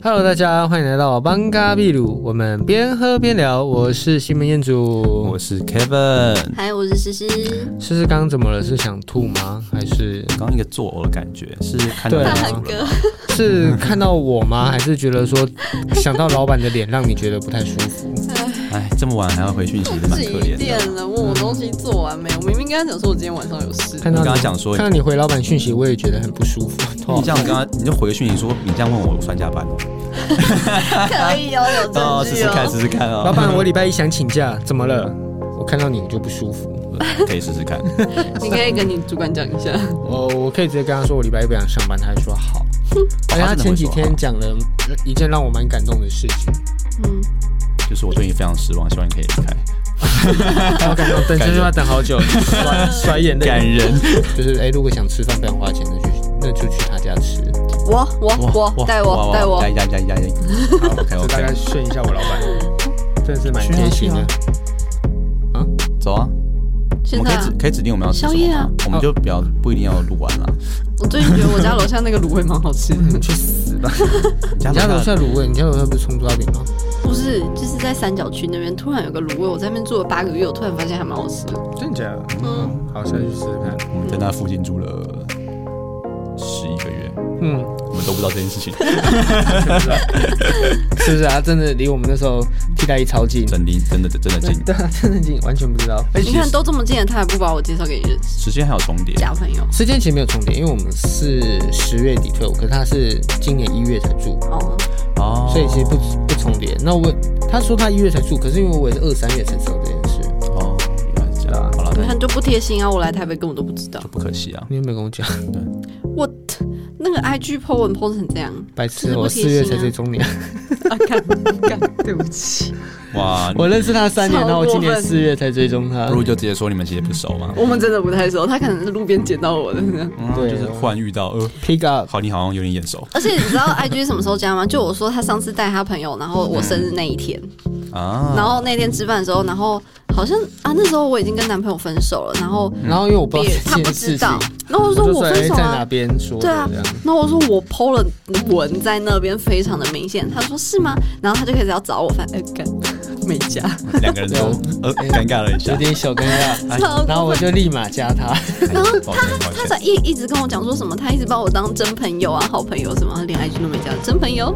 Hello，大家欢迎来到邦嘎秘鲁，我们边喝边聊。我是西门彦祖我。是 Kevin，嗨，我是诗诗。思思刚刚怎么了？是想吐吗？还是刚刚一个作呕的感觉是看到对啊你大吐了哥吗，是看到我 吗？还是觉得说想到老板的脸让你觉得不太舒服？哎，这么晚还要回讯息，是蛮自可己怜店的。了，问我东西做完没有？我明明跟他讲说我今天晚上有事。看我到刚刚你讲说，看到你回老板讯息，我也觉得很不舒服。你这样刚刚你就回个讯息说，你这样问我我算加班哦可以哦，有哦，证试据试看，哦。试试看老哦，板，我礼拜一想请假，怎么了？我看到你就不舒服。可以试试看。你可以跟你主管讲一下。我哦我可以直接跟他说我礼拜一不想上班，他还说 好。而且他真的会前几说天好讲了一件让我蛮感动的事情，嗯，就是我对你非常失望，希望你可以离开。好感动，等这句话等好 久，甩甩眼感泪。人，就是哎、如果想吃饭不想花钱的，就那就去他家吃。我我我带我带我加。加加加加，OK 就大概 OK，炫一下我老 板，真的是蛮贴心的。走啊。我现们可在以指啊可以指定我们要吃宵什夜么啊吗，我们就不要不一定要录完了。我最近觉得我家楼下那个卤味蛮好吃的，嗯你去死吧！你啊你家楼下卤味，你家楼下不是葱抓饼吗？不是，就是在三角区那边突然有个卤味，我在那边住了八个月，我突然发现还蛮好吃的。真假的？嗯，好，下去试试看。我们在那附近住了十一个月，嗯，我们都不知道这件事情，是不是啊？真的离我们那时候替代役超近，真的真的真的近， 对啊，真的近，完全不知道。而哎你且看都这么近了，他还不把我介绍给你认识，时间还有重叠。假朋友。时间其实没有重叠，因为我们是十月底退伍，可是他是今年一月才住，哦，哦，所以其实不不重叠。那我他说他一月才住，可是因为我也是二三月才知道这件事，哦，原来是这啊样。好了，你那看就不贴心啊！我来台北根本都不知道就，不可惜啊。你有没有跟我讲？我那个 IG po 文 po 成这样，白痴这是，不我贴四月心才啊追踪你啊。啊，干干，对不起，哇，我认识他三年，超然后我今过年分四月才追踪他不。如就直接说你们其实不熟嘛。啊我们真的不太熟，他可能是路边捡到我的。嗯，对就是忽然遇到，呃， Pick up，好，你好像有点眼熟而且你知道 IG 什么时 候加吗？就我说他上次带他朋友，然后我生日那一天，嗯啊。然后那天吃饭的时候，然后好像啊那时候我已经跟男朋友分手了，然后然后因为我不别知道这他不件事知情，道， 然后我我说就我说哎分手在哪啊。边说对的啊这样。，然后我说我 PO 了文在那边，非常的明显。他说是吗？然后他就开始要 找我，反正哎干没加，两个人都呃哎尴尬了一下有，点小尴尬，哎超过分然后我就立马加他。然后抱歉抱歉，他才一一直跟我讲说什么，他一直把我当真朋友啊、好朋友什么，连 IG 都没加，真朋友，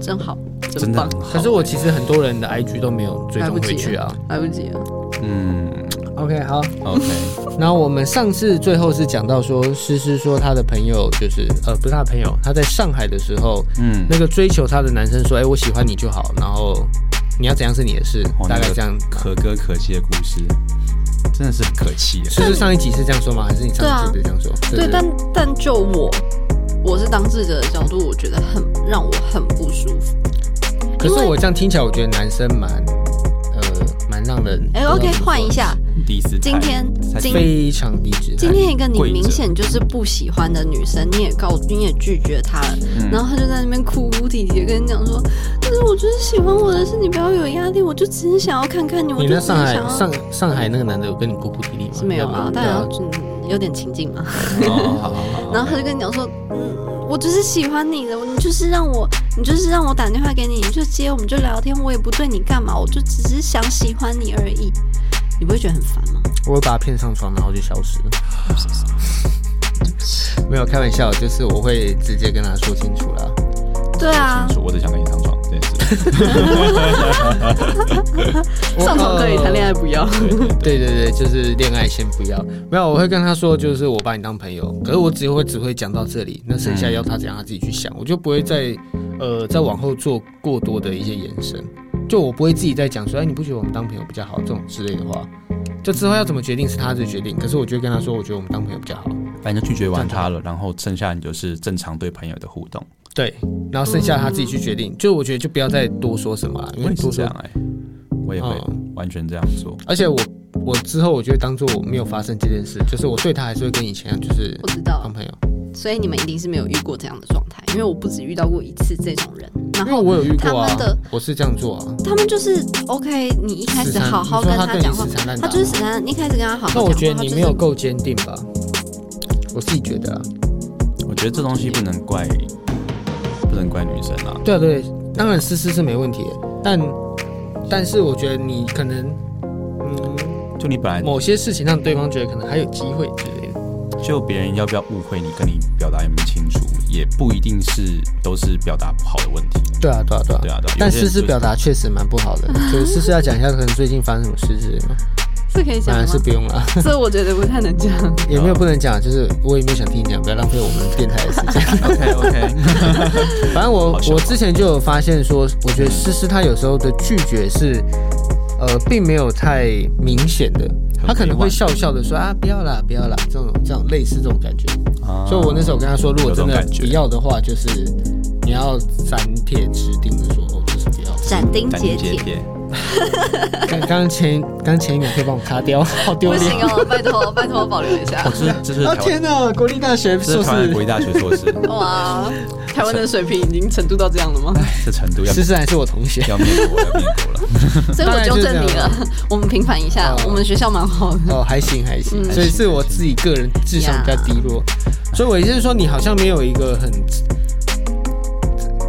真好，真的棒，很好。可是我其实很多人的 IG 都没有追踪回去啊。来不及了。嗯 OK，好。 ，OK，然后我们上次最后是讲到说，诗诗说她的朋友就是呃，不是她的朋友，她在上海的时候，嗯，那个追求她的男生说，哎，我喜欢你就好，然后你要怎样是你的事，哦大概那个这样。可歌可泣的故事，真的是很可气耶。诗诗上一集是这样说吗？还是你上一集是对这样说？对对，但但就我，我是当事者的角度，我觉得很让我很不舒服。可是因为我这样听起来，我觉得男生蛮呃蛮让人哎，OK，换一，下，第一次今天才今非常低质。今天一个你跪着明显就是不喜欢的女生，你也告你也拒绝她了，嗯然后她就在那边哭哭啼啼的跟你讲说，但是我就是喜欢我的是你，不要有压力，我就只是想要看看你，我哎你就只那是上海想要上上海那个男的有跟你哭哭啼啼吗？是没有啊，对当然啊要，嗯有点亲近嘛。哦好好好好然后他就跟你讲说，嗯，我就是喜欢你的，你就是让我，你就是让我打电话给你，你就接，我们就聊天，我也不对你干嘛，我就只是想喜欢你而已。你不会觉得很烦吗？我会把他骗上床，然后就消失了。没有开玩笑，就是我会直接跟他说清楚啦。对啊清，楚，我只想跟你上床这件事。上呃床可以，谈恋爱不要。对对对爱。对对对，就是恋爱先不要。没有，我会跟他说，就是我把你当朋友，可是我只会只会讲到这里，那嗯剩下要他怎样他自己去想，我就不会再呃再往后做过多的一些延伸。就我不会自己再讲说，哎，你不觉得我们当朋友比较好这种之类的话。就之后要怎么决定是他的决定，可是我就会跟他说，我觉得我们当朋友比较好。反正拒绝完他了，然后剩下你就是正常对朋友的互动。对，然后剩下他自己去决定。就我觉得就不要再多说什么了，因我为也是多这说样哎、我也会嗯完全这样做。而且我我之后我就会当做我没有发生这件事，就是我对他还是会跟以前一样，就是我知道当，朋友。所以你们一定是没有遇过这样的状态，因为我不止遇到过一次这种人。然因为后嗯我有遇过啊他们的，我是这样做啊。他们就是 OK，你一开始死缠好好你跟说他对你讲话死，缠烂他打，就是死缠，你一开始跟他好好那讲话，我觉得他你就是没有够坚定吧，我自己觉得啊。我觉得这东西不能怪，不不能怪女生啊。对啊，对，当然私事是没问题的，但但是我觉得你可能，嗯，就你本来某些事情让对方觉得可能还有机会之类的。就别人要不要误会你，跟你表达有没有清楚，也不一定是都是表达不好的问题。对啊，对啊，对啊。对啊，对啊。但有些私人事就是表达确实蛮不好 的，所以私事要讲一下，可能最近发生什么事之类的吗？这可以讲当然吗是？不用了，哦这我觉得不太能讲。 也没有不能讲，就是我也没有想听你讲，不要浪费我们电台的时间。 OK OK， 反正我好笑我之前就有发现说，我觉得诗诗她有时候的拒绝是，呃，并没有太明显的，她可能会笑笑的说啊，不要啦，不要啦，这种这种类似这种感觉。啊所以我那时候跟她说，如果真的有这种感觉不要的话，就是你要斩铁吃钉的说，哦，就是不要。斩钉斩钉截截铁，铁，刚刚前刚前一秒可以帮我卡掉，好丢不脸行。哦，拜托拜托保留一下哦，。这是这是啊台天湾，哪，国立大学这硕是台湾国立士，大学 硕士，哇，台湾的水平已经程度到这样了吗？哎这程度要诗诗还是我同学。要灭国了，要灭国了。所以我纠正你了，我们平反一下哦，我们学校蛮好的。哦，还行还行，嗯所以是我自己个人智商比较低落，所以我意思是说，你好像没有一个很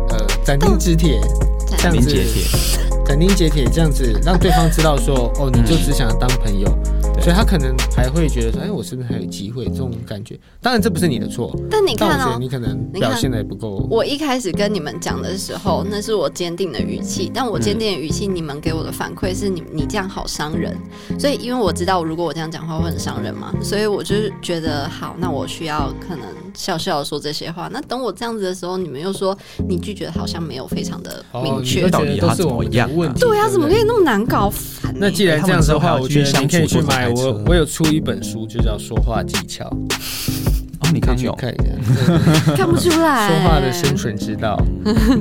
呃斩钉截铁嗯这斩样钉子截，铁，斩钉截铁这样子让对方知道说，哦，你就只想当朋友，嗯对所以他可能还会觉得说，哎，我是不是还有机会？这种感觉，当然这不是你的错，但你但我看觉得哦，你可能你看表现的也不够，我一开始跟你们讲的时候，嗯那是我坚定的语气，但我坚定的语气，你们给我的反馈嗯是你你这样好伤人，所以因为我知道如果我这样讲话会很伤人嘛，所以我就是觉得好，那我需要可能笑笑地说这些话。那等我这样子的时候，你们又说你拒绝好像没有非常的明哦，你确，就到觉底得都他是怎么我们样的啊问题，对呀、不怎么可以那么难搞？烦欸、那既然这样子的话，他我们觉之后还要继续得你相可以处去说买才知我道我有出一本书，就叫《说话技巧》，哦，你可以刚去有看一下。对 看不出来、说话的生存之道，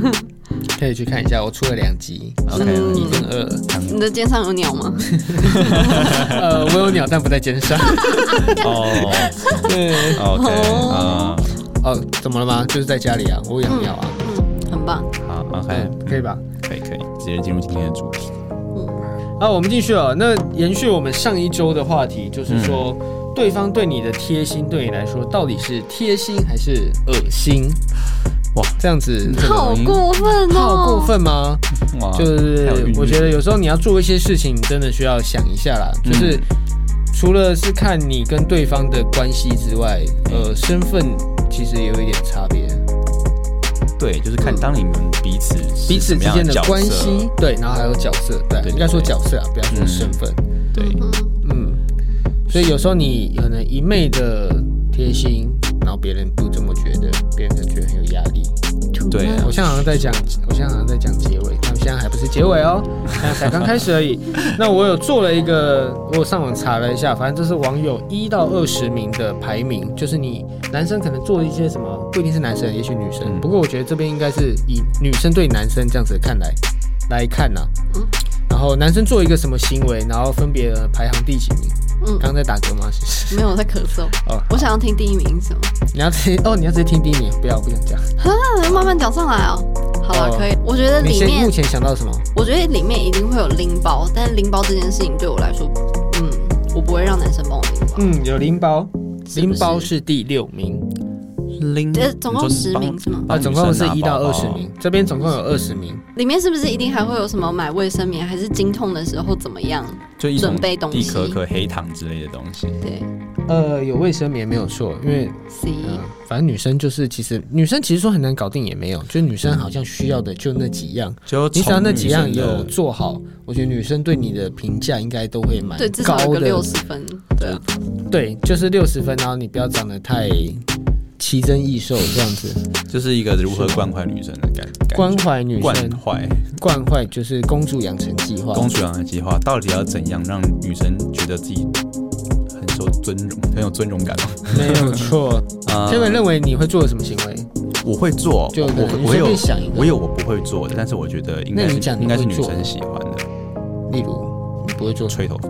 可以去看一下。我出了两集， OK，一你跟二。嗯你的肩上有鸟吗？ 呃，我有鸟，但不在肩上。哦 对， OK 啊哦，怎么了吗？就是在家里啊，我养鸟啊，嗯，很棒。好 OK，对，可以吧？可以可以，直接进入今天的主题。啊，我们继续哦。那延续我们上一周的话题，就是说。对方对你的贴心，对你来说到底是贴心还是恶心？哇，这样子这个好已经过分哦！好过分吗？哇，就是啊还有韵律我觉得有时候你要做一些事情，你真的需要想一下啦。嗯就是除了是看你跟对方的关系之外，呃，嗯身份其实也有一点差别，对，就是看当你们彼此是彼此什么之样间的角色关系，对，然后还有角色，对，对应该说对角色啊，不要说嗯身份，对，嗯，嗯。所以有时候你可能一昧的贴心，然后别人不这么觉得，别人可能觉得很有压力。对嗯啊我现在好像在讲，我现在好像在讲结尾，他们现在还不是结尾哦，现在才刚开始而已。那我有做了一个，我有上网查了一下，反正这是网友一到二十名的排名，就是你男生可能做一些什么，不一定是男生，也许女生。嗯不过我觉得这边应该是以女生对男生这样子看来来看呐、嗯然后男生做一个什么行为，然后分别排行第几名？嗯刚刚在打嗝吗？ 是是没有我在咳嗽。哦，我想要听第一名是什么？你要直接哦，你要直接听第一名，不要，我不想讲。那能慢慢讲上来哦。好哦了，可以。我觉得你里先目面，前想到什么？我觉得里面一定会有拎包，但是拎包这件事情对我来说，嗯，我不会让男生帮我拎包。嗯，有拎包，是不拎包是是第六名零呃总共十名是吗啊，总共是一到二十名，，这边总共有二十名。里面是不是一定还会有什么买卫生棉，还是经痛的时候怎么样？就一种准备东西地可可、黑糖之类的东西。对呃，有卫生棉没有错，因为，C，嗯、反正女生就是其实女生其实说很难搞定也没有，就是女生好像需要的就那几样，就你只要那几样从女生有的做好，我觉得女生对你的评价应该都会蛮对，至少有高个六的。十分。对啊，对，就是六十分，然后你不要长得太奇珍异兽这样子，就是一个如何关怀女生的感感觉关怀女关生，怀惯坏就是公主养成计划。公主养的计划，到底要怎样让女生觉得自己很受尊荣、很有尊荣感吗？没有 错。啊 Kevin 认为你会做什么行为？我会做，就可能我你我随有便想一我个，有我不会做的，但是我觉得应该那是你讲你应该是会女做生喜欢的，例如你不会做吹头发。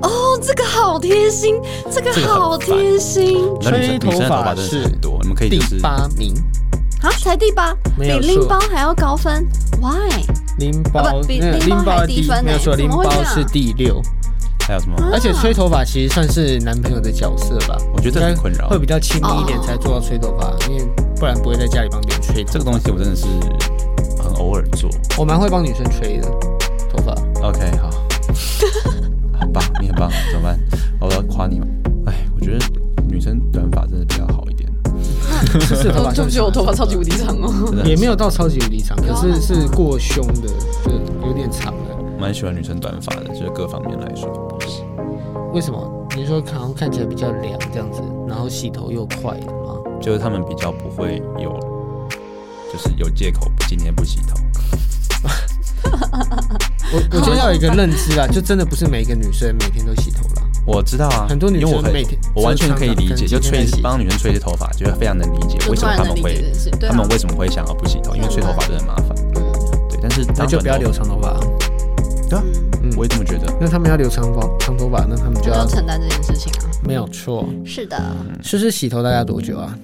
哦，这个好贴心，这个这个很好烦贴心那女吹生头女生的头发发真的是是很多，你们可以第就是八名，啊！才第八，没比有拎包错。还要高分，Why？拎啊包不比那个拎包拎包还第低分没有欸错，怎拎么会包这样啊是第六。还有什么？而且吹头发其实算是男朋友的角色吧，我觉得这很困扰哦会比较亲密一点才做到吹头发，因为不然不会在家里帮别人吹头。这个东西我真的是很偶尔做。我蛮会帮女生吹的头发， OK，好， 很棒，你很棒，怎么办？我要夸你吗？哎，我觉得女生短发真的比较好一点，就是 头发对不起，我头发超级无敌长哦。真的也没有到超级无敌长，可有啊是是过胸的，就有点长了。蛮喜欢女生短发的，就是各方面来说。为什么？你说好像看起来比较凉这样子，然后洗头又快吗？就是他们比较不会有，就是有借口今天不洗头。我我觉得要有一个认知啦，就真的不是每一个女生每天都洗头啦。我知道啊，很多女生因为我很每天我完全可以理解，就就常常是吹跟今天在一起帮女生吹些头发，就是非常能理解就为什突么然他能们理解这会件事，对他啊，们为什么会想要不洗头，因为吹头发真的很麻烦。对，但是嗯那当就本不要头留长头发啊。对啊，嗯，嗯我也这么觉得。那他们要留长发长头发，那他们就就要要承担这件事情啊。没有错。是的，嗯诗诗洗头大概要多久啊？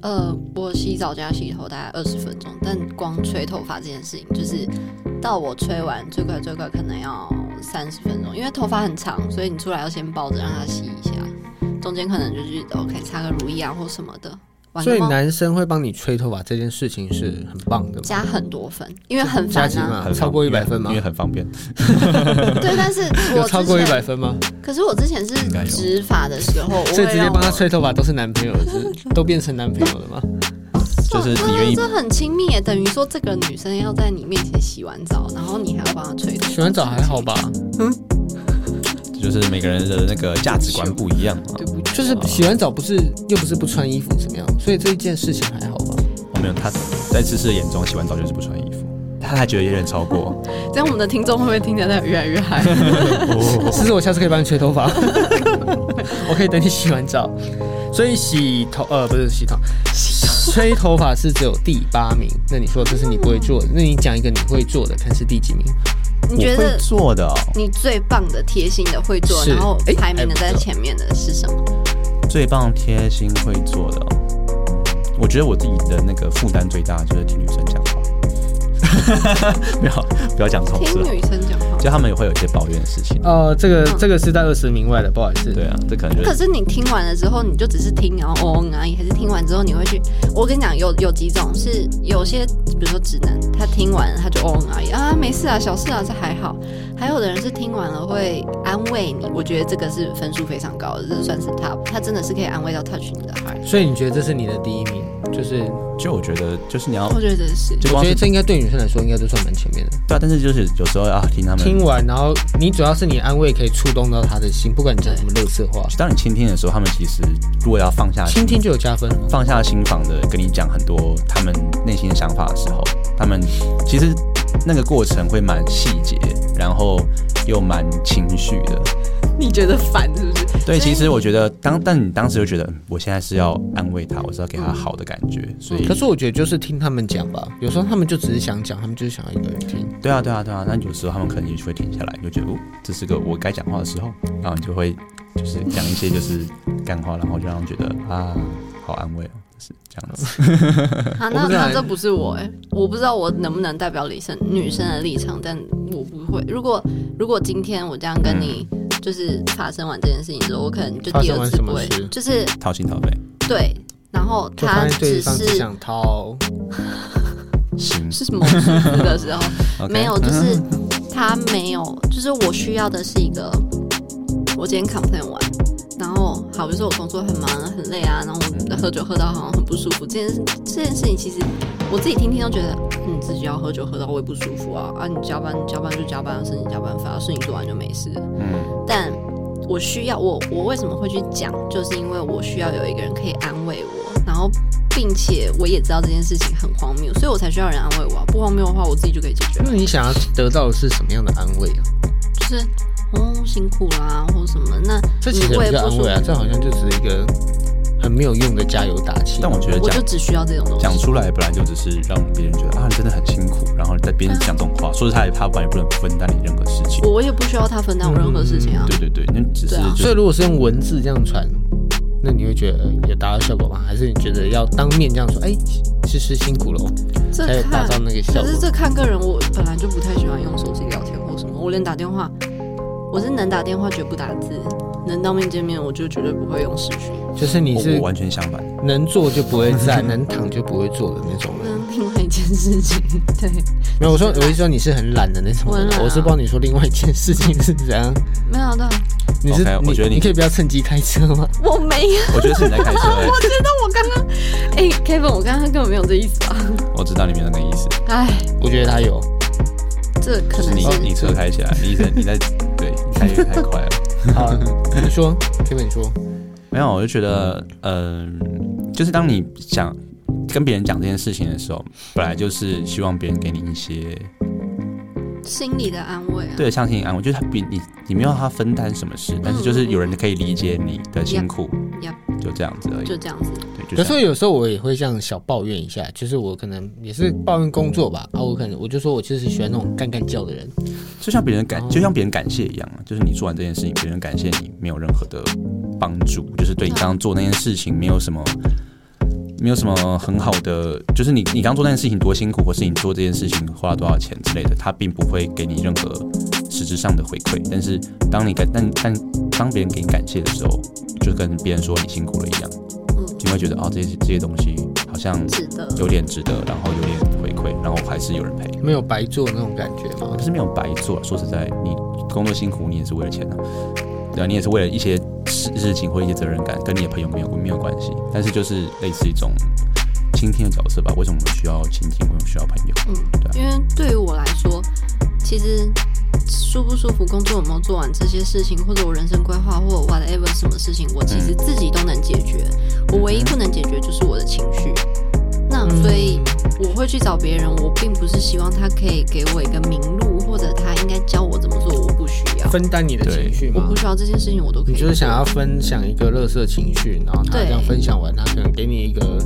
呃，我洗澡加洗头大概二十分钟，但光吹头发这件事情，就是到我吹完最快最快可能要三十分钟，因为头发很长，所以你出来要先抱着让它洗一下，中间可能就是 OK 擦个乳液啊或什么的，玩所个以梦男生会帮你吹头发这件事情是很棒的嘛，加很多分，因为很加烦几啊。嘛？很超过一方便百分吗因为？很方便。 对，但是我 有超过一之百前，分吗？可是我之前是应该有植发的时候，我所会以直接让帮他我吹头发都是男朋友的， 是都变成男朋友了吗？就是你愿这意这很亲密耶，等于说这个女生要在你面前洗完澡，然后你还要帮她吹头。洗完澡还好吧？就是每个人的那个价值观不一样嘛。对不起，就是洗完澡不是又不是不穿衣服怎么样？所以这一件事情还好吧？哦，没有，他在芝士的眼中，洗完澡就是不穿衣服，他还觉得有点超过。这样我们的听众会不会听得越来 越嗨？哦，其实我下次可以帮你吹头发， 我可以等你洗完澡。所以洗头呃不是洗头，吹头发是只有第八名。那你说这是你不会做的，那你讲一个你会做的，看是第几名？你觉我会得做的、哦，你最棒的、贴心的会做，是然后哎排名的还在不错前面的是什么？最棒贴心会做的、哦。我觉得我自己的那个负担最大就是听女生讲话， 不要不要讲错听事哦，女生讲话。就他们也会有一些抱怨的事情。哦、这个嗯这个是在二十名外的，不好意思。对啊，这可能就可是是你听完了之后，你就只是听，然后哦嗯而已。还是听完之后你会去？我跟你讲，有有几种是有些，比如说直男，他听完他就哦嗯而已啊，没事啊，小事啊，这还好。还有的人是听完了会安慰你，我觉得这个是分数非常高的，这算是 top，他真的是可以安慰到 touch 你的 heart。所以你觉得这是你的第一名？就是就我觉得就是你要我觉得是，就我光觉是得这应该对女生来说应该都算蛮前面的。对啊，但是就是有时候要听他们听完，然后你主要是你安慰可以触动到她的心，不管你讲什么乐色话，当你倾听的时候，他们其实如果要放下倾听就有加分了。放下心房的跟你讲很多他们内心的想法的时候，他们其实那个过程会蛮细节，然后又蛮情绪的。你觉得烦是不是？对，所以嗯其实我觉得当但你当时就觉得，嗯我现在是要安慰他，我是要嗯给他好的感觉，所以可是我觉得就是听他们讲吧，有时候他们就只是想讲，他们就是想要一个人听。对啊对啊对啊，那有时候他们可能也会停下来，就觉得哦，这是个我该讲话的时候，然后你就会就是讲一些就是干话，然后就让他觉得啊，好安慰哦，就是这样子。 啊，我那不知道那欸这不是我哎、我不知道我能不能代表女生女生的立场，但我不会。如果如果今天我这样跟你，就是发生完这件事情之后，我可能就第二次不嗯发生会完什么事，就是掏心掏肺，对。然后就发他现对只方只是想掏，行，是什么数字的时候， OK 嗯没有，就是他没有，就是我需要的是一个，我今天 complain 完，然后好，比如说我工作很忙很累啊，然后我喝酒喝到好像很不舒服，这件事这件事情其实我自己听听都觉得，嗯，自己要喝酒喝到胃不舒服啊，啊，你加班你加班就加班，是你加班费啊，是你做完就没事了，嗯。但我需要我我为什么会去讲，就是因为我需要有一个人可以安慰我，然后并且我也知道这件事情很荒谬，所以我才需要人安慰我、啊。不荒谬的话，我自己就可以解决了那。你想要得到的是什么样的安慰啊？就是哦辛苦啦，或什么那这其实也不胃是嗯不安舒服慰啊，，这好像就只是一个很没有用的加油打气。但我觉得我就讲只需要这种东西。讲出来本来就只是让别人觉得啊，你真的很辛苦，然后在别人讲这种话，说实在，他本来不能分担你任何事情。我也不需要他分担我任何事情啊。对对对，那只是对啊就所以是如果是用文字这样传，那你会觉得有达到效果吗？还是你觉得要当面这样说？哎、其实辛苦了哦，这才有达看到那个效可果是。这看个人，我本来就不太喜欢用手机聊天或什么，我连打电话，我是能打电话绝不打字，能当面见面，我就绝对不会用视讯。就是你我是我完全相反，能坐就不会站，能躺就不会坐的那种 人。那另外一件事情，对，没有，我说我是说你是很懒的那种我很人懒，啊我是帮你说另外一件事情是怎样。 没有啊的，你是 OK，你我觉得你你可以不要趁机开车吗？我没有。我觉得是你在开车、 欸，我觉得我刚刚，哎、k e v i n 我刚刚根本没有这意思吧？我知道你没有那个意思，哎，我觉得他有。这可就是能你哦是你车开起来，你在你在对你开得太快了。 好，你说，Kevin 你说，没有，我就觉得，嗯、就是当你想跟别人讲这件事情的时候，本来就是希望别人给你一些心理的安慰啊。对相信安慰，就是他比你你没有他分担什么事，但是就是有人可以理解你的辛苦， Yep, 就这样子而已。就这样子。对，就可这是样。有时候我也会这样小抱怨一下，就是我可能也是抱怨工作嗯吧，啊，我可能我就说我就是喜欢那种干干叫的人，就像别人感哦，就像别人感谢一样啊，就是你做完这件事情，别人感谢你没有任何的帮助，就是对你刚刚做那件事情没有什么。没有什么很好的，就是你你刚做那件事情多辛苦，或是你做这件事情花了多少钱之类的，他并不会给你任何实质上的回馈。但是当你感但但当别人给你感谢的时候，就跟别人说你辛苦了一样，嗯，你会觉得哦，这些这些东西好像值得。有点值得，然后有点回馈，然后还是有人陪。没有白做那种感觉吗可？是没有白做、啊说实在，你工作辛苦，你也是为了钱啊，对啊，你也是为了一些事事情或一些责任感，跟你的朋友没有没有关系。但是就是类似一种倾听的角色吧。为什么我们需要倾听？为什么需要朋友？嗯对啊，因为对于我来说，其实舒不舒服，工作有没有做完这些事情，或者我人生规划，或者 whatever 什么事情，我其实自己都能解决。嗯我唯一不能解决就是我的情绪。那所以我会去找别人，我并不是希望他可以给我一个明路，或者他应该教我怎么做，我不需要。分担你的情绪我吗不？需要这件事情，我都可以啊你做。就是想要分享一个乐色情绪，然后他对这样分享完，他可能给你一个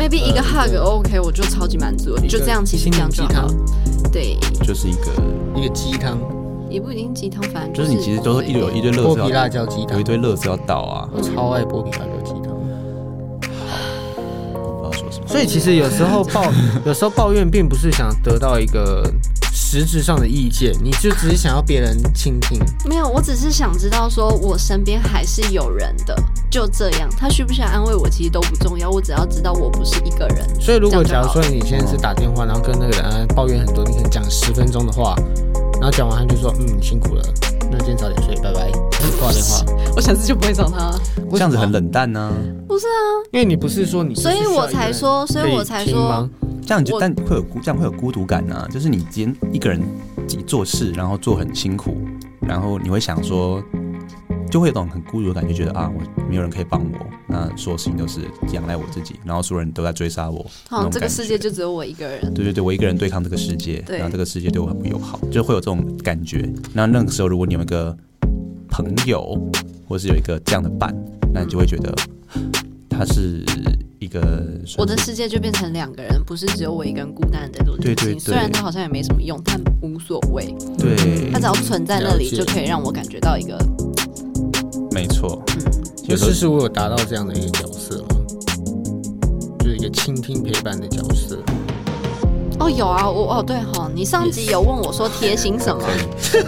maybe 一个呃 hug OK，我就超级满足了，一就个这样，其实心这灵样鸡就好汤，。对，就是一个，一个鸡汤，也不一定鸡汤，反正就是你其实都是一堆有一堆乐剥色皮嗯要辣，椒鸡汤有一，堆乐色要倒啊，我超爱剥皮辣椒鸡汤。我不知道说什么。所以其实有时候抱，有时候抱怨并不是想得到一个实质上的意见，你就只是想要别人倾听。没有，我只是想知道说我身边还是有人的，就这样，他需不需要安慰我其实都不重要，我只要知道我不是一个人。所以如果这假样就如好说你现在是打电话，然后跟那个人啊抱怨很多，你可能讲十分钟的话，然后讲完他就说嗯你辛苦了，那今天早点睡，拜拜，挂电话。我下次就不会找他。这样子很为什么，冷淡呢、不是啊，因为你不是说你，所以我才，说，所以我才说，这样你就我但会有孤，这样会有孤独感啊。就是你今天一个人自己做事，然后做很辛苦，然后你会想说，就会有种很孤独的感觉，觉得啊，我没有人可以帮我，那所有事情都是仰赖我自己，然后所有人都在追杀我。那好种像这个感觉世界就只有我一个人。对对对，我一个人对抗这个世界，对然后这个世界对我很不友好，就会有这种感觉。那那个时候，如果你有一个朋友，或是有一个这样的伴，那你就会觉得他是一个我的世界就变成两个人，不是只有我一个人孤单的在做对这件事对情。对虽然他好像也没什么用，但无所谓，对，他只要存在那里嗯了解就可以让我感觉到一个没错。嗯就有时候是是我有达到这样的一个角色吗？就是一个倾听陪伴的角色，哦，有啊，我哦对哈，你上集有问我说贴心什么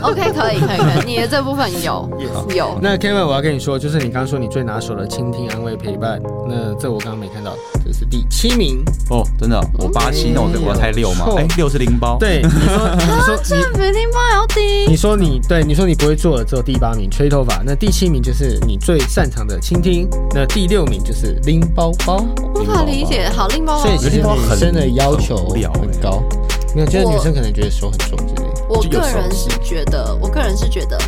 ？OK，可以可以可以，你的这部分有有，那 Kevin，我要跟你说，就是你刚刚说你最拿手的倾听、安慰、陪伴，那这我刚刚没看到，这是第七名。哦，真的哦，我八七，那我我才六嘛，错哎，六是零包，，对，你说， 你说这比另外要你，低。你说你对，你说你不会做的只有第八名吹头发，那第七名就是你最擅长的倾听，那第六名就是拎包包，无法理解，好，另外所以其实拎包包女很生的要求很无聊很欸高。没有，就是我女生可能觉得手很重之类的。我就有个时候人是觉得，我个人是觉得，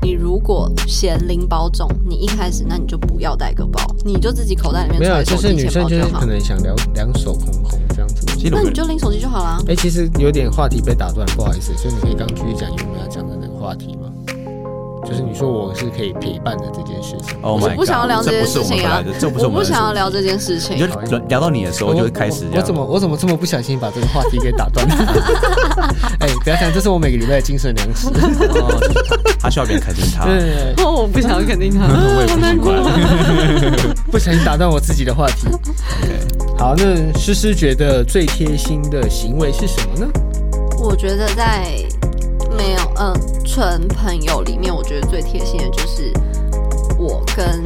你如果嫌拎包重，你一开始那你就不要带个包，你就自己口袋里面没有，啊揣就手是机、女钱生包就是好可。能想两两手空空这样子。其实那我你觉得就拎手机就好啦。哎、其实有点话题被打断，不好意思，所以你可以刚继续讲你们要讲的那个话题吗？就是你说我是可以陪伴的这件事情。 ，Oh 我 my 不想要聊 God，这件事情啊这不是我们本来的，这不是我我们不的事想要聊这件事你情就。聊聊到你的时候，就会开始我我这样怎么我怎么这么不小心把这个话题给打断？ 哎、不要讲，这是我每个礼拜的精神粮食。哦就是他需要别人肯定 他，啊对，哦， 我不想要肯定他，我也好不习难过。惯。不小心打断我自己的话题。好，那诗诗觉得最贴心的行为是什么呢？我觉得在呃没有嗯纯朋友里面，我觉得最贴心的就是我跟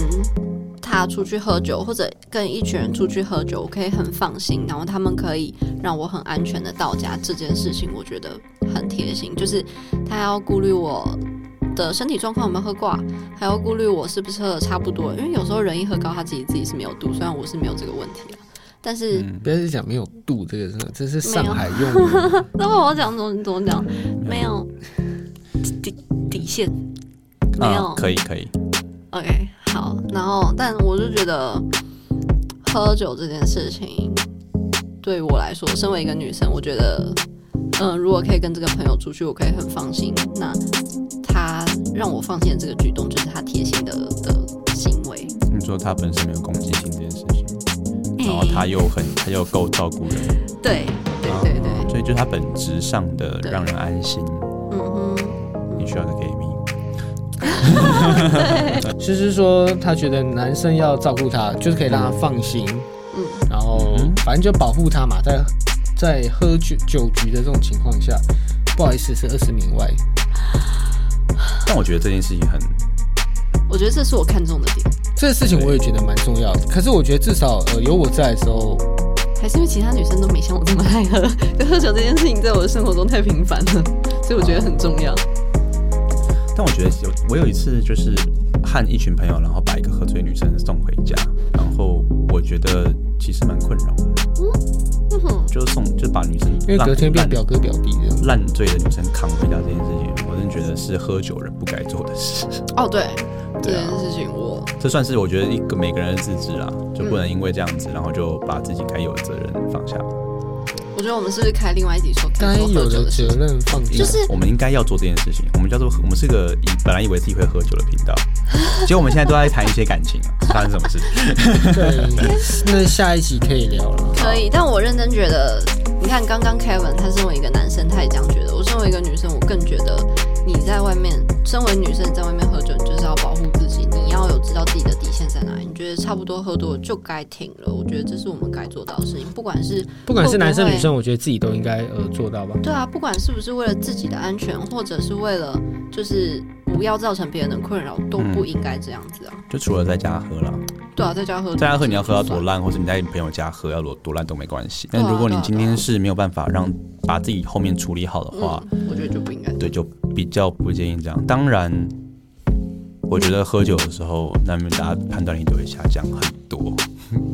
他出去喝酒，或者跟一群人出去喝酒，我可以很放心，然后他们可以让我很安全的到家，这件事情我觉得很贴心。就是他要顾虑我的身体状况有没有喝挂，还要顾虑我是不是喝的差不多，因为有时候人一喝高，他自己自己是没有度，虽然我是没有这个问题啊，但是。嗯，不要是讲没有度这个字，这是上海用语。那我要讲怎么怎么讲？没有底底线，没有、啊可以可以， OK，好，然后但我就觉得喝酒这件事情对我来说，身为一个女生，我觉得，嗯、如果可以跟这个朋友出去，我可以很放心。那他让我放心的这个举动，就是他贴心的的行为。你说他本身没有攻击性这件事情，然后他哎又很他又够照顾人，对对对对，所以就是他本质上的对让人安心，嗯哼，你需要的 gay 蜜。诗诗说，她觉得男生要照顾她，就是可以让她放心，嗯然后嗯反正就保护她嘛，在在喝酒酒局的这种情况下，不好意思是二十名外，但我觉得这件事情很我觉得这是我看中的点，这个事情我也觉得蛮重要的。可是我觉得至少呃有我在的时候，还是因为其他女生都没像我这么爱喝，就喝酒这件事情在我的生活中太频繁了，所以我觉得很重要。但我觉得有，我有一次就是和一群朋友，然后把一个喝醉女生送回家，然后我觉得其实蛮困扰的，嗯哼，就送就把女生因为让隔天变烂表哥表弟这样。烂醉的女生扛回家这件事情，我真的觉得是喝酒人不该做的事。 哦对，这对件啊事情我。这算是我觉得一个每个人的自制啦，就不能因为这样子，然后就把自己该有的责任放下。我觉得我们是不是开另外一集说该该做喝有酒的的事责情？任放下，就是我们应该要做这件事情。我们叫做我们是个以本来以为自己会喝酒的频 道，结果我们现在都在谈一些感情啊，发生什么事？ 对。那下一集可以聊了。可以，但我认真觉得，你看刚刚 Kevin 他身为一个男生，他也这样觉得；我身为一个女生，我更觉得你在外面，身为女生你在外面喝酒，你就是要保护自己，你要有知道自己的底线在哪里。你觉得差不多喝多就该停了，我觉得这是我们该做到的事情，不管是不管是男生会不会女生，我觉得自己都应该呃做到吧。对啊，不管是不是为了自己的安全，或者是为了就是不要造成别人的困扰，都不应该这样子啊。就除了在家喝了，对啊，在家喝，嗯在家喝你要喝到多烂，或者你在你朋友家喝要多多烂都没关系。对啊但如果你对啊今天是没有办法让把自己后面处理好的话，嗯，我觉得就不应该。对，就比较不建议这样。当然，我觉得喝酒的时候，那么大家判断力都会下降很多。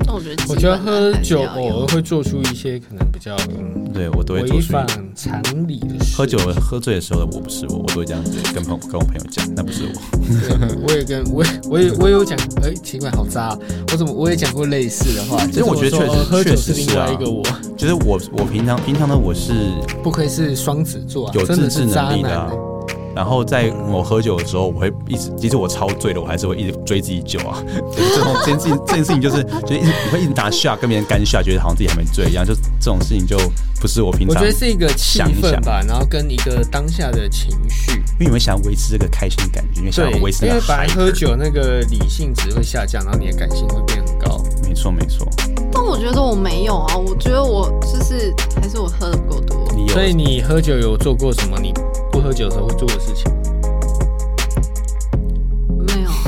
那我觉得基本的还是要有，我觉得喝酒偶尔会做出一些可能比较嗯对我都会做违出反常理的事。喝酒喝醉的时候的我不是我，我都会这样子跟朋友跟我朋友讲，那不是我。对，我也跟我也我也我也有讲，哎、奇怪，好渣、我怎么我也讲过类似的话？因为我觉得就是说确实呃喝酒确实是另外一啊个我，就是我我平常平常的我是，不愧是双子座啊，有真的自是制渣能力男、欸的啊然后在我喝酒的时候，我会一直，即使我超醉了，我还是会一直追自己酒啊。 这种这件事情这件事情就是就是一直你会一直拿下跟别人干下，觉得好像自己还没醉一样，就这种事情就不是我平我常觉得是一个气想一氛想吧，然后跟一个当下的情绪。因为你们想要维持这个开心的感觉，因为想对要维，持因那为个本来 high 喝酒那个理性值会下降，然后你的感性会变很高。没错没错，但我觉得我没有啊，我觉得我就是还是我喝的不够多。你有所以你喝酒有做过什么你不喝酒的时候会做的事情？没有，啊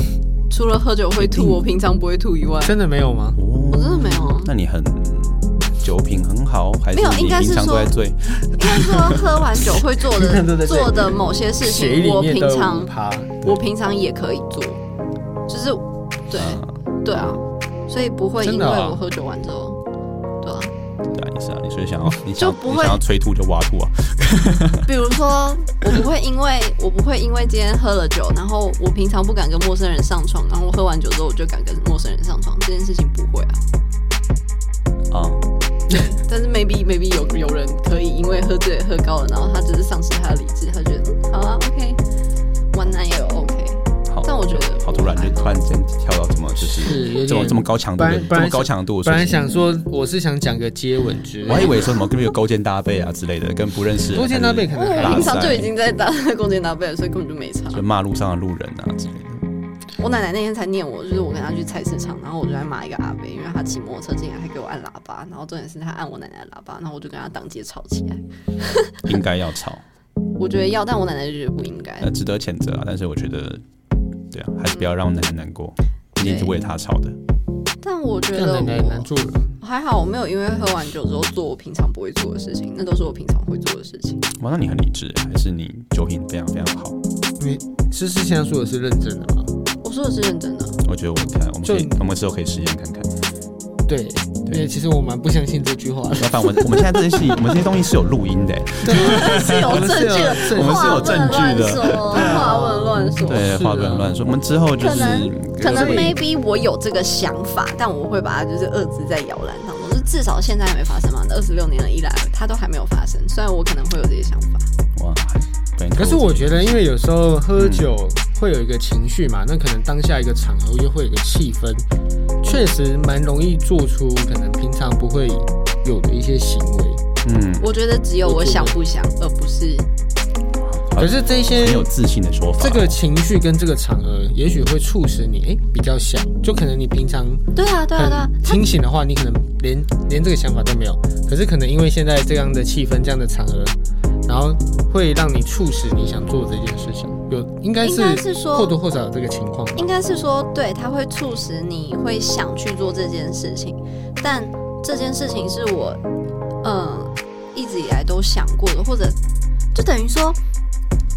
除了喝酒会吐，嗯我平常不会吐 以外，真的没有吗？哦我真的没有啊。那你很酒品很好，还是没有你应该是平常都在醉？应该说喝完酒 会做平常都在的这里做的某些事血液情，里我面平都有常五趴。我平常也可以做，就是对对啊，所以不会因真为的啊我喝酒完之后，对啊，对啊，也是啊，你所以想 要你想就不你会想要催吐就挖吐啊，比如说，我不会因为 我不会因为今天喝了酒，然后我平常不敢跟陌生人上床，然后我喝完酒之后我就敢跟陌生人上床，这件事情不会啊。啊、但是 maybe maybe 有有人可以因为喝醉喝高了，然后他只是丧失他的理智，他觉得嗯好啊，OK，晚安也有 OK。好，但我觉得好突然我就突然间跳到这么就是是有这么点这么高强度本的来这本来么高强度的本来事情，想说我是想讲个接吻之类的，我还以为说什么跟有勾肩搭背啊之类的，跟不认识人多见搭背可因为能还我好平常就已经在搭攻坚搭背了，所以根本就没差还。是就骂路上的路人啊之类的。我奶奶那天才念我，就是我跟她去菜市场，然后我就在骂一个阿伯，因为他骑摩托车进来还给我按喇叭，然后重点是他按我奶奶的喇叭，然后我就跟他当街吵起来。应该要吵，我觉得要，但我奶奶就觉得不应该。呃呃，值得谴责啊！但是我觉得对啊，还是不要让男人难过，毕竟是为了他吵的。但我觉这样得很难难我住人。还好，我没有因为喝完酒之后做我平常不会做的事情，那都是我平常会做的事情。哇，那你很理智，欸还是你酒品非常非常好？诗诗现在说的是认真的吗？我说的是认真的，我觉得我们可以我们可以就我们之后可以实验看看。对，因为其实我蛮不相信这句话的。老板，我我们现在这些戏，我们这些东西是有录音的欸， 对，啊是有证据的， 我我们们是是有有证据的话问乱说，话问乱说。对，是话不啊能乱说。我们之后就可是能可能所以 maybe 我有这个想法，但我会把它就是遏制在摇篮上。我是至少现在还没发生嘛，二十六年了以来，它都还没有发生。虽然我可能会有这些想法，哇，对可是我觉得，因为有时候嗯喝酒会有一个情绪嘛，那可能当下一个场合又会有一个气氛，确实蛮容易做出可能平常不会有的一些行为。嗯，我觉得只有我想不想，而不是好可是这些很有自信的说法哦，这个情绪跟这个场合，也许会促使你诶、比较想，就可能你平常对啊对啊对啊很，它清醒的话，你可能连连这个想法都没有。可是可能因为现在这样的气氛、这样的场合，然后会让你促使你想做这件事情，有应该应是该是说或多或少有这个情况吧。应该是说，对，它会促使你会想去做这件事情，但这件事情是我，嗯，一直以来都想过的，或者就等于说，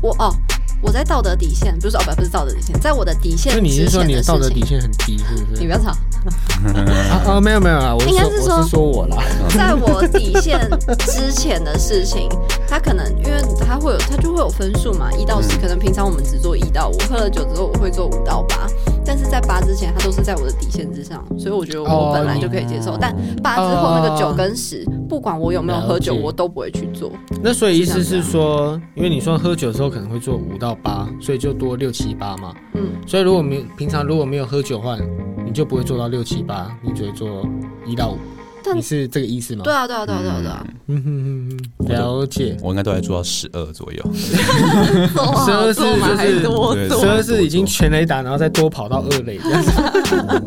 我哦，我在道德底线，不是哦，不不是道德底线，在我的底线所以你之是说前你的的道事德底情，线很低，是不你是不？要吵，啊啊，没有没有啦，我是应该说是说我是说我啦，在我底线之前的事情，他可能因为他会有，他就会有分数嘛，一到十，嗯可能平常我们只做一到五，喝了酒之后我会做五到八，但是在八之前，他都是在我的底线之上，所以我觉得我哦本来就可以接受。但八之后那个哦九跟十，不管我有没有喝酒，了解我都不会去做。那所以意思啊是说，因为你说喝酒的时候可能会做五到八，所以就多六七八嘛。嗯，所以如果没平常如果没有喝酒的话，你就不会做到六七八，你只会做一到五。但你是这个意思吗？对啊，对啊，对啊，对啊，对啊，嗯哼哼哼，了解。我应该都在做到十二左右。做十啊二是做嘛就是还多对十做，二是已经全雷达，然后再多跑到二垒这样子。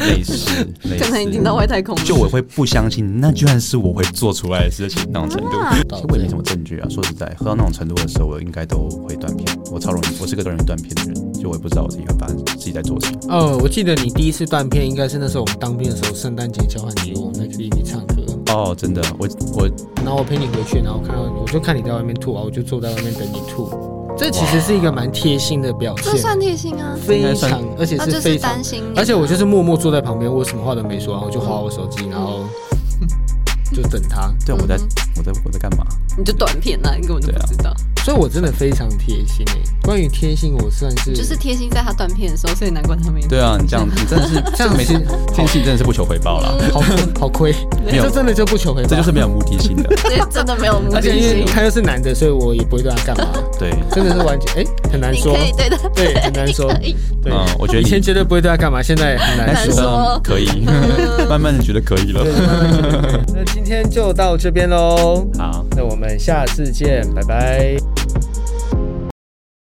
类 似，类似可能已经到外太空了。就我会不相信，那居然是我会做出来的事情那种程度。嗯啊其实我也没什么证据啊。说实在，喝到那种程度的时候，我应该都会断片。我超容易，我是个容易断片的人，就我也不知道我自己会把自己在做什么。哦，我记得你第一次断片应该是那时候我们当兵的时候，圣诞节交换礼物，我们在 KTV 唱歌，哦，真的，我我然后我陪你回去，然后看到你，我就看你在外面吐啊，我就坐在外面等你吐。这其实是一个蛮贴心的表这现，算贴心啊，应该非算常，而且他是就是非常担，心你啊。而且我就是默默坐在旁边，我什么话都没说，然后就划我手机，然 后就等他。对我在嗯我在我在干嘛？你就短片了，你根本就对啊不知道。所以我真的非常贴心诶、关于贴心，我算是就是贴心在他断片的时候，所以难怪他没 对啊，你这样，你真的是 这样每次子这件事情真的是不嗯求回报啦， 好好亏，没有这真的就不求回报，这就是没有目的性的。这真的没有目而的且因为性。他又是男的，所以我也不会对他干 嘛，对，真的是完全哎、很难你说可，以对他，对，很难 说，以对，嗯，我觉得以你前绝对不会对他干嘛，现在很难难说。说嗯可以， 慢慢的觉得可以了。那今天就到这边喽，好。那我们下次见，拜拜。